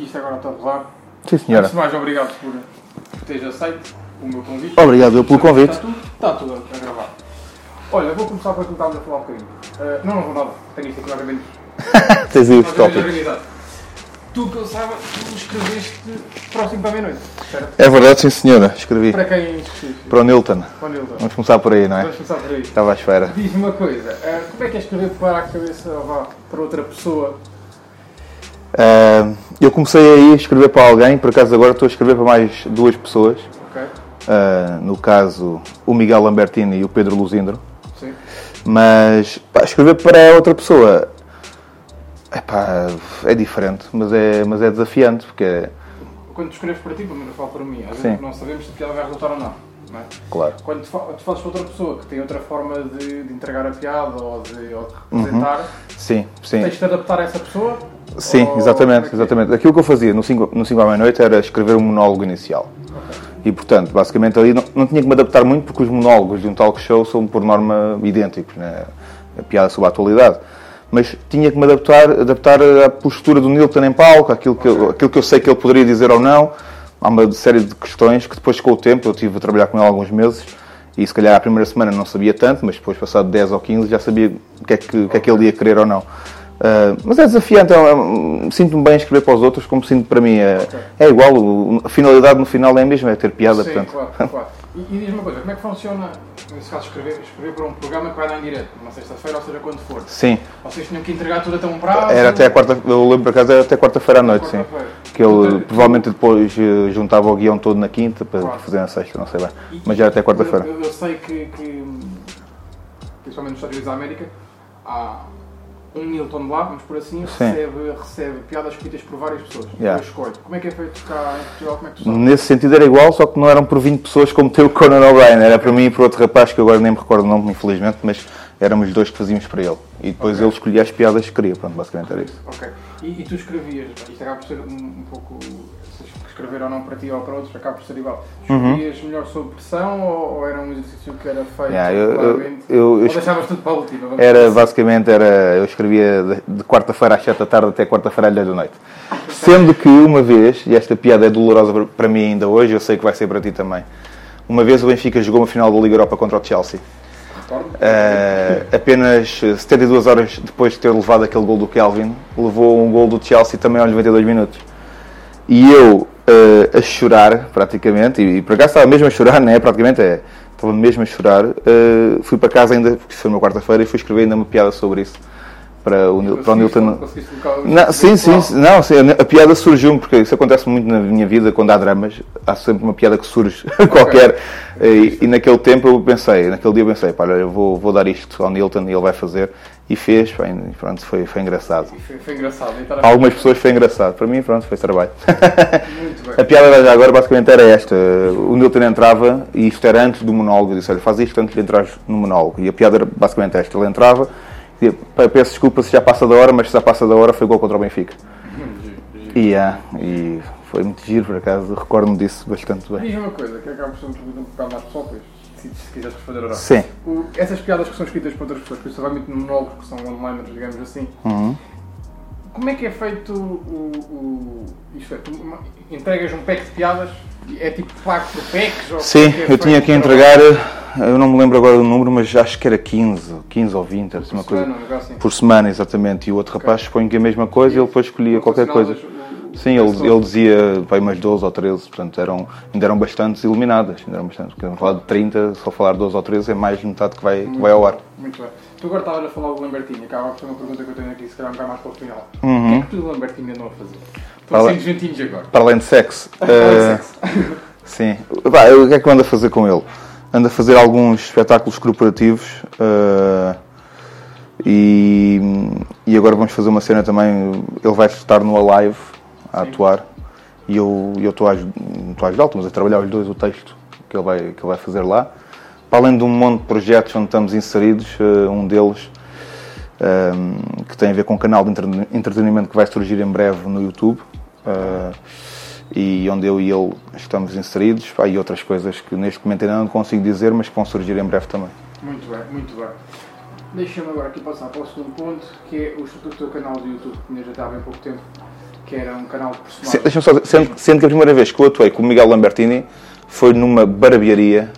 isto agora está a rolar. Sim, senhora. Antes de mais, obrigado por por teres aceito o meu convite. Obrigado eu pelo convite. Está tudo, está tudo a, a gravar. Olha, vou começar por aquilo que estávamos a falar um bocadinho. Ah, não, não vou nada. Tenho isto aqui claramente, Tens aí os claramente tópicos. organizado. Tu que eu saiba, tu escreveste próximo da meia-noite, certo? É verdade, sim, senhora. Escrevi Para quem específico? para o Newton. Para o Nilton. Vamos começar por aí, não é? Vamos começar por aí. Estava à espera. Diz-me uma coisa, ah, como é que é escrever para a cabeça ou vá, para outra pessoa? Ah, eu comecei aí a escrever para alguém, por acaso agora estou a escrever para mais duas pessoas. Ok? Ah, no caso, o Miguel Lambertini e o Pedro Luzindro. Sim. Mas pá, escrever para outra pessoa epá, é diferente, mas é, mas é desafiante, porque é, Quando tu escreves para ti, pelo menos eu falo para mim, às Sim. vezes não sabemos se a piada vai resultar ou não. não é? claro. Quando tu, fa- tu fazes para outra pessoa que tem outra forma de, de entregar a piada ou de, ou de representar, Uhum. Sim, sim. tens de te adaptar a essa pessoa? Sim, Ou- é exatamente, exatamente. Aquilo que eu fazia no 5 no cinco à meia-noite era escrever um monólogo inicial. E, portanto, basicamente ali não, não tinha que me adaptar muito porque os monólogos de um talk show são, por norma, idênticos, né? a piada sobre a atualidade. Mas tinha que me adaptar, adaptar à postura do Nilton em palco, àquilo que, eu, àquilo que eu sei que ele poderia dizer ou não. Há uma série de questões que depois, com o tempo, eu tive a trabalhar com ele alguns meses e, se calhar, à primeira semana não sabia tanto, mas depois, passado 10 ou 15, já sabia o que é que, o que, é que ele ia querer ou não. Uh, mas é desafiante, é um- é um- sinto-me bem a escrever para os outros, como sinto para mim. É, é igual, o- a finalidade no final é a mesma, é ter piada. Sim, portanto. claro, claro. E, e diz-me uma coisa, como é que funciona, nesse caso, escrever, escrever para um programa que vai dar em direto, numa sexta-feira, ou seja, quando for? Sim, Vocês tinham que entregar tudo até um prazo? era até a quarta, eu lembro por acaso, era até quarta-feira à noite, sim. Quarta-feira. Que ele provavelmente depois eh, juntava o guião todo na quinta para Claro. fazer na sexta, não sei bem. E- Mas já era até e- quarta-feira. Eu, eu sei que, que, principalmente nos Estados Unidos da América, há um Newton lá, vamos por assim, Sim. recebe, recebe piadas escritas por várias pessoas. Yeah. Hum. Eu escolho. Como é que é feito cá em Portugal? Como é que tu sabes? Nesse sentido era igual, só que não eram por 20 pessoas como teu Conan O'Brien, era para mim e para outro rapaz que eu agora nem me recordo o nome, infelizmente, mas éramos dois que fazíamos para ele. E depois ele escolhia as piadas que queria, pronto, basicamente era isso. Ok. E, e tu escrevias, isto acaba por ser um, um pouco, se escrever ou não para ti ou para outros, acaba por ser igual. Uhum. Escrevias melhor sob pressão ou, ou era um exercício que era feito Yeah, eu- eu- regularmente? eu- eu ou escre- deixavas tudo para a última? vamos Era por assim. basicamente era eu escrevia de- de quarta-feira às 7 da tarde até quarta-feira às 10 da noite. Sendo que uma vez, e esta piada é dolorosa para- para mim ainda hoje, eu sei que vai ser para ti também. Uma vez o Benfica jogou uma final da Liga Europa contra o Chelsea. Retorno? Eh, apenas eh, 72 horas depois de ter levado aquele gol do Kelvin, levou um gol do Chelsea também aos 92 minutos. E eu eh, a chorar, praticamente, e, e por acaso estava mesmo a chorar, não é? Praticamente é. Estava mesmo a chorar. eh, fui para casa ainda, porque isso foi uma quarta-feira, e fui escrever ainda uma piada sobre isso para o, Nil- para o Conseguiste- Nilton. conseguiste um colocar o- Não, sim, sim, Uau. sim, não, sim, a piada surgiu-me, porque isso acontece muito na minha vida, quando há dramas, há sempre uma piada que surge qualquer. E, e naquele tempo eu pensei, naquele dia eu pensei, pá, olha, eu vou, vou dar isto ao Nilton e ele vai fazer. E fez, pá, e pronto, foi, foi engraçado. E Foi, foi engraçado. Então, Para algumas pessoas foi engraçado, para mim, pronto, foi trabalho. Muito bem. A piada da já agora basicamente era esta. O Newton entrava, e isto era antes do monólogo, eu disse, olha, faz isto antes de entrar no monólogo. E a piada era basicamente esta. Ele entrava, dizia, "Pá, peço desculpa se já passa da hora, mas se já passa da hora foi gol contra o Benfica. E, ah, e foi muito giro, por acaso, recordo-me disso bastante bem. Diz-me uma coisa, que acaba por ser um produto um bocado mais pessoal, pois, se, se quiseres responder ou não. Sim. O- essas piadas que são escritas por outras pessoas, principalmente no monólogos, que são onliners, digamos assim, Uhum. como é que é feito o... o isto é, tu ma- entregas um pack de piadas, é tipo pago por packs? Ou Sim, como é eu tinha feito que o entregar, eu não me lembro agora do número, mas acho que era 15, 15 ou 20, assim, uma trabalho? coisa. Semana, um negócio assim. Por semana, exatamente. E o outro rapaz suponho que a mesma coisa e ele depois escolhia qualquer Afinal, coisa. o- o- Sim, o- ele, ele dizia vai umas 12 ou 13, portanto eram, ainda eram bastantes iluminadas. Ainda eram bastantes, porque vamos falar de 30, só falar de 12 ou 13 é mais de metade que vai, que vai ao ar. Muito bem. Tu agora estavas a falar do Lambertinho, acaba por ser uma pergunta que eu tenho aqui, se calhar um bocado mais para o final. O Uhum. que é que tu e o Lambertinho andam a fazer? Estão Fala. sempre juntinhos agora. é Para além de sexo. eh, Sim. Pá, eu- o que é que eu ando a fazer com ele? Ando a fazer alguns espetáculos corporativos eh, e, e agora vamos fazer uma cena também. Ele vai estar no Alive a atuar e eu eu estou a, aj- não estou a ajudá-lo, estamos a trabalhar os dois o texto que ele vai, que ele vai fazer lá. Para além de um monte de projetos onde estamos inseridos, eh, um deles um, que tem a ver com um canal de entrene- entretenimento que vai surgir em breve no YouTube uh, e onde eu e ele estamos inseridos Pá, e outras coisas que neste momento ainda não consigo dizer, mas que vão surgir em breve também. Muito bem, muito bem. Deixa-me agora aqui passar para o segundo ponto, que é o estatuto do teu canal do YouTube, que ainda já está há bem pouco tempo. que era um canal de Se- personagens. Deixa-me só dizer, sendo, sendo que a primeira vez que eu atuei com o Miguel Lambertini foi numa barbearia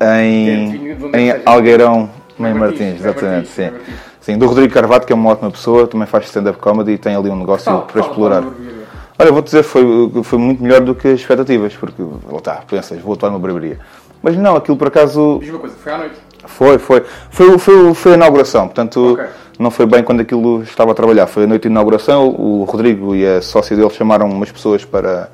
em, Pertinho de onde é que em seja. Algueirão, em É Martins, Martins, Zé exatamente, Martins, Zé sim. Martins. Sim, do Rodrigo Carvalho, que é uma ótima pessoa, também faz stand-up comedy e tem ali um negócio Fala- para fala explorar. da barbearia. Olha, vou-te dizer, foi, foi muito melhor do que as expectativas, porque lá está, pensas, vou atuar numa barbearia. Mas não, aquilo por acaso Diz uma coisa, foi à noite. foi, foi. Foi, foi, foi a inauguração, portanto, Ok. não foi bem quando aquilo estava a trabalhar. Foi a noite de inauguração, o Rodrigo e a sócia dele chamaram umas pessoas para,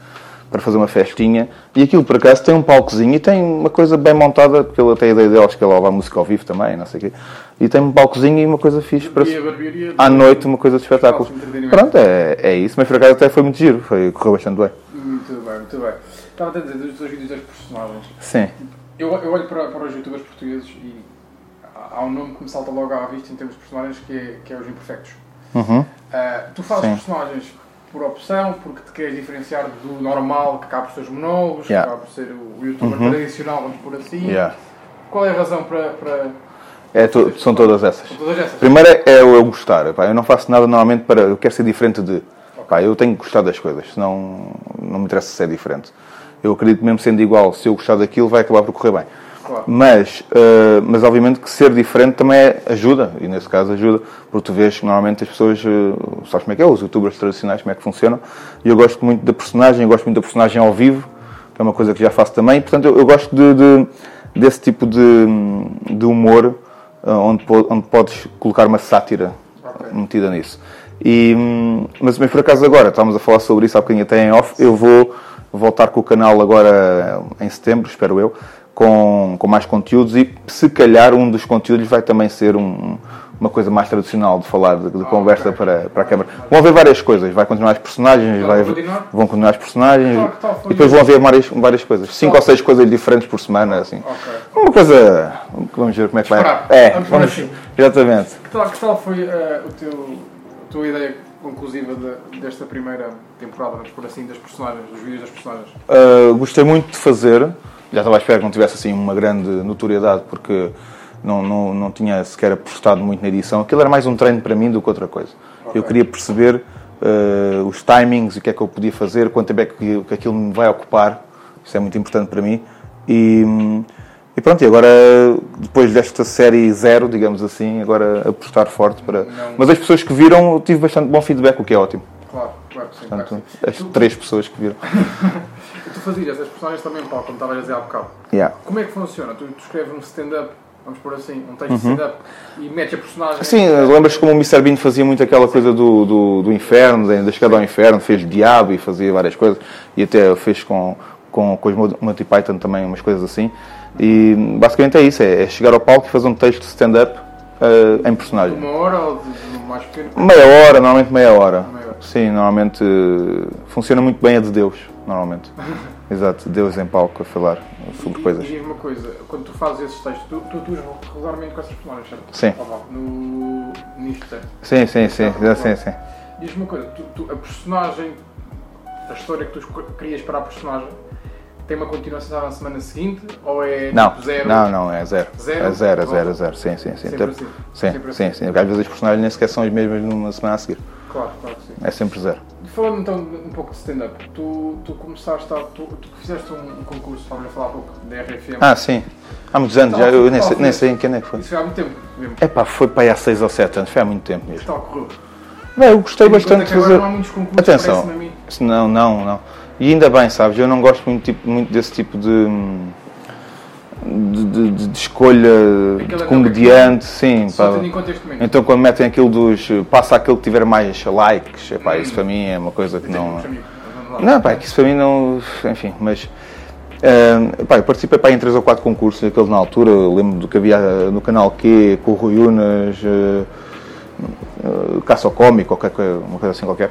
para fazer uma festinha. E aquilo, por acaso, tem um palcozinho e tem uma coisa bem montada, porque ele tem a ideia deles que ele leva a música ao vivo também, não sei o quê. E tem um palcozinho e uma coisa fixe para... E a barbearia. À noite, uma coisa de espetáculo. Palco de entretenimento. Pronto, é, é isso. Mas, por acaso, até foi muito giro. Foi, correu bastante bem. Muito bem, muito bem. Estava a dizer dos dois vídeos das personagens. Sim. Eu, eu olho para, para os youtubers portugueses e há há um nome que me salta logo à vista em termos de personagens que é, que é os imperfectos. Uhum. Ah, tu fazes Sim. personagens por opção, porque te queres diferenciar do normal, que acaba por ser os monólogos, Yeah. Uhum. que acaba por ser o, o youtuber tradicional, vamos por assim. Yeah. Qual é a razão para. para... É to- são todas essas. São todas essas. Primeiro é eu eu gostar. pá, eu não faço nada normalmente para. Eu quero ser diferente de. Pá, eu tenho que gostar das coisas, senão não me interessa ser diferente. Eu acredito que mesmo sendo igual, se eu gostar daquilo, vai acabar por correr bem. Claro. Mas, eh, mas obviamente que ser diferente também é- ajuda, e nesse caso ajuda, porque tu vês que normalmente as pessoas, eh, sabes como é que é, os youtubers tradicionais, como é que funcionam, e eu gosto muito da personagem, eu gosto muito da personagem ao vivo, que é uma coisa que já faço também, portanto eu, eu gosto de- de- desse tipo de, de humor, eh, onde, po- onde podes colocar uma sátira Ok. metida nisso. E, hum, mas, mas por acaso agora, estávamos a falar sobre isso há bocadinho até em off, eu vou voltar com o canal agora em setembro, espero eu, com, com mais conteúdos e se calhar um dos conteúdos vai também ser um- uma coisa mais tradicional de falar de, Ah, de conversa para, para a câmara. Vão haver várias coisas, vai continuar as personagens, vai, haver- continuar? vão continuar as personagens Claro que tal, e foi depois vão haver várias, várias coisas, cinco ou seis coisas diferentes por semana, assim. Ok. Uma coisa, vamos ver como é que vai. Esperar. É, Vamos ver vamos, assim. exatamente. Que tal, que tal Então, foi ah, o teu, a tua ideia conclusiva de- desta primeira temporada, vamos por assim, das personagens, dos vídeos das personagens? Uh, gostei muito de fazer. Já estava à espera que não tivesse assim uma grande notoriedade porque não, não, não tinha sequer apostado muito na edição. Aquilo era mais um treino para mim do que outra coisa. Eu queria perceber uh, os timings, o que é que eu podia fazer, quanto tempo é que, que aquilo me vai ocupar. Isso é muito importante para mim. E, hum, e pronto, e agora depois desta série zero, digamos assim, agora apostar forte para. Mas as pessoas que viram, eu tive bastante bom feedback, o que é ótimo. Claro, claro que sim. claro que Portanto, sim. as três pessoas que viram. Tu fazias essas personagens também, Paulo, como estavas a dizer há bocado. Yeah. Como é que funciona? Tu, tu escreves um stand-up, vamos pôr assim, um texto de stand-up e metes a personagem. Uhum. Sim, lembras como o Mr. Bean fazia muito aquela coisa do, do, do inferno, da da chegada ao inferno, fez diabo e fazia várias coisas, e até fez com, com, com os Mon- Monty Python também, umas coisas assim. E basicamente é isso, é, é chegar ao palco e fazer um texto de stand-up eh, em personagem. Uma hora ou de, de mais pequeno? Meia hora, normalmente meia hora. Meia hora. Sim, normalmente eh, funciona muito bem a de Deus, normalmente. Exato, Deus em palco a falar sobre coisas. E diz uma coisa, quando tu fazes esses textos, tu, tu atuas regularmente com essas personagens, certo? Sim. Ou não? No, nisto, certo? Sim, sim, sim, Tá sim, sim. sim. Diz-me uma coisa, tu, tu- a personagem, a história que tu esco- crias para a personagem, tem uma continuação na semana seguinte? Ou é Não, tipo zero? não, não, é zero. Zero? Tá É zero, é zero, Pronto. é zero. Sim, sim, sim. Sempre Tem- assim. Sim, Sempre sim, sim. Porque Às vezes os personagens nem sequer são as mesmas numa semana a seguir. Claro, claro que sim. É sempre zero. Falando então de- um pouco de stand-up, tu, tu começaste a. Tu, tu fizeste um, um concurso, estávamos a falar há pouco, da RFM. Ah, sim. Há muitos anos, Tá, já, eu nem tá, sei, foi. nem sei em que ano é que foi. Isso foi há muito tempo mesmo. É pá, foi para aí há 6 ou 7 anos, foi há muito tempo mesmo. Está correu. Bem, eu gostei Tendo em bastante conta de é que agora fazer. Não há muitos concursos, Atenção. parece-me a mim. Se Não, não, não. E ainda bem, sabes, eu não gosto muito, tipo- muito desse tipo de, de, de- de- de escolha Aquela de não, comediante, sim. Só pá. tendo em conta este momento. Então quando metem aquilo dos. eh, passa aquele que tiver mais likes, epá, isso para mim é uma coisa que não. Amigo, vamos lá. Não, pá, que isso para mim não. Enfim, mas. ah, pá, eu participei pá, em 3 ou 4 concursos naquele na altura. Eu lembro do que havia ah, no canal Q, com o Rui Unas, ah, ah, Caça ao Cómico, qualquer coisa, uma coisa assim qualquer.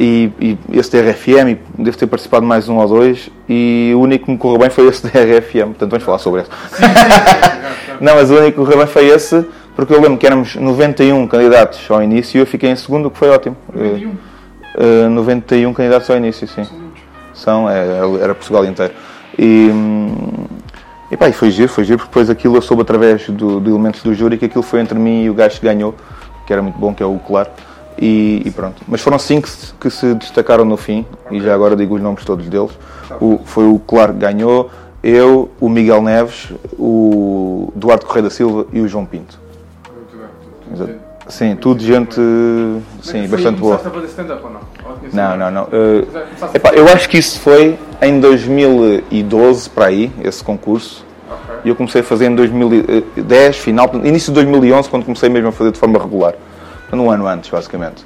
E, e esse da RFM, e devo ter participado de mais um ou dois, e o único que me correu bem foi esse da RFM. Portanto, vamos falar sobre esse. tá? Não, mas o único que correu bem foi esse, porque eu lembro que éramos 91 candidatos ao início e eu fiquei em segundo, o que foi ótimo. Eh, 21 Uh, 91 candidatos ao início, sim. minutos. São, é, era Portugal inteiro. E, hum, e pá, e foi giro, foi giro, porque depois aquilo eu soube através do, de elementos do júri que aquilo foi entre mim e o gajo que ganhou, que era muito bom, que é o Colar. E, e pronto. Mas foram cinco que se destacaram no fim, e já agora digo os nomes todos deles. O- foi o Claro que ganhou, eu, o Miguel Neves, o Duarte Correia da Silva e o João Pinto. Muito bem. tudo- tudo Exato. bem. Sim, tudo gente sim, Foi- um bastante boa. Começaste a fazer stand-up ou não? Ou tinha sido- Não, não, não. Já Uh, começaste a epá, eu acho que isso foi em 2012 para aí, esse concurso. Ok. E eu comecei a fazer em 2010, final, início de 2011, quando comecei mesmo a fazer de forma regular. Portanto, um ano antes, basicamente.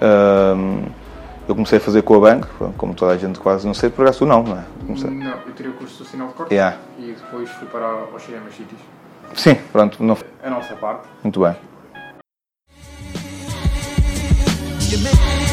Ahm, eu comecei a fazer com a banca, como toda a gente quase, não sei por acaso não, não é? Comecei. Não, eu tirei o curso do sinal de corte Yeah. e depois fui para os cinemas sítios. Sim, pronto, não, A nossa parte. muito bem. You make me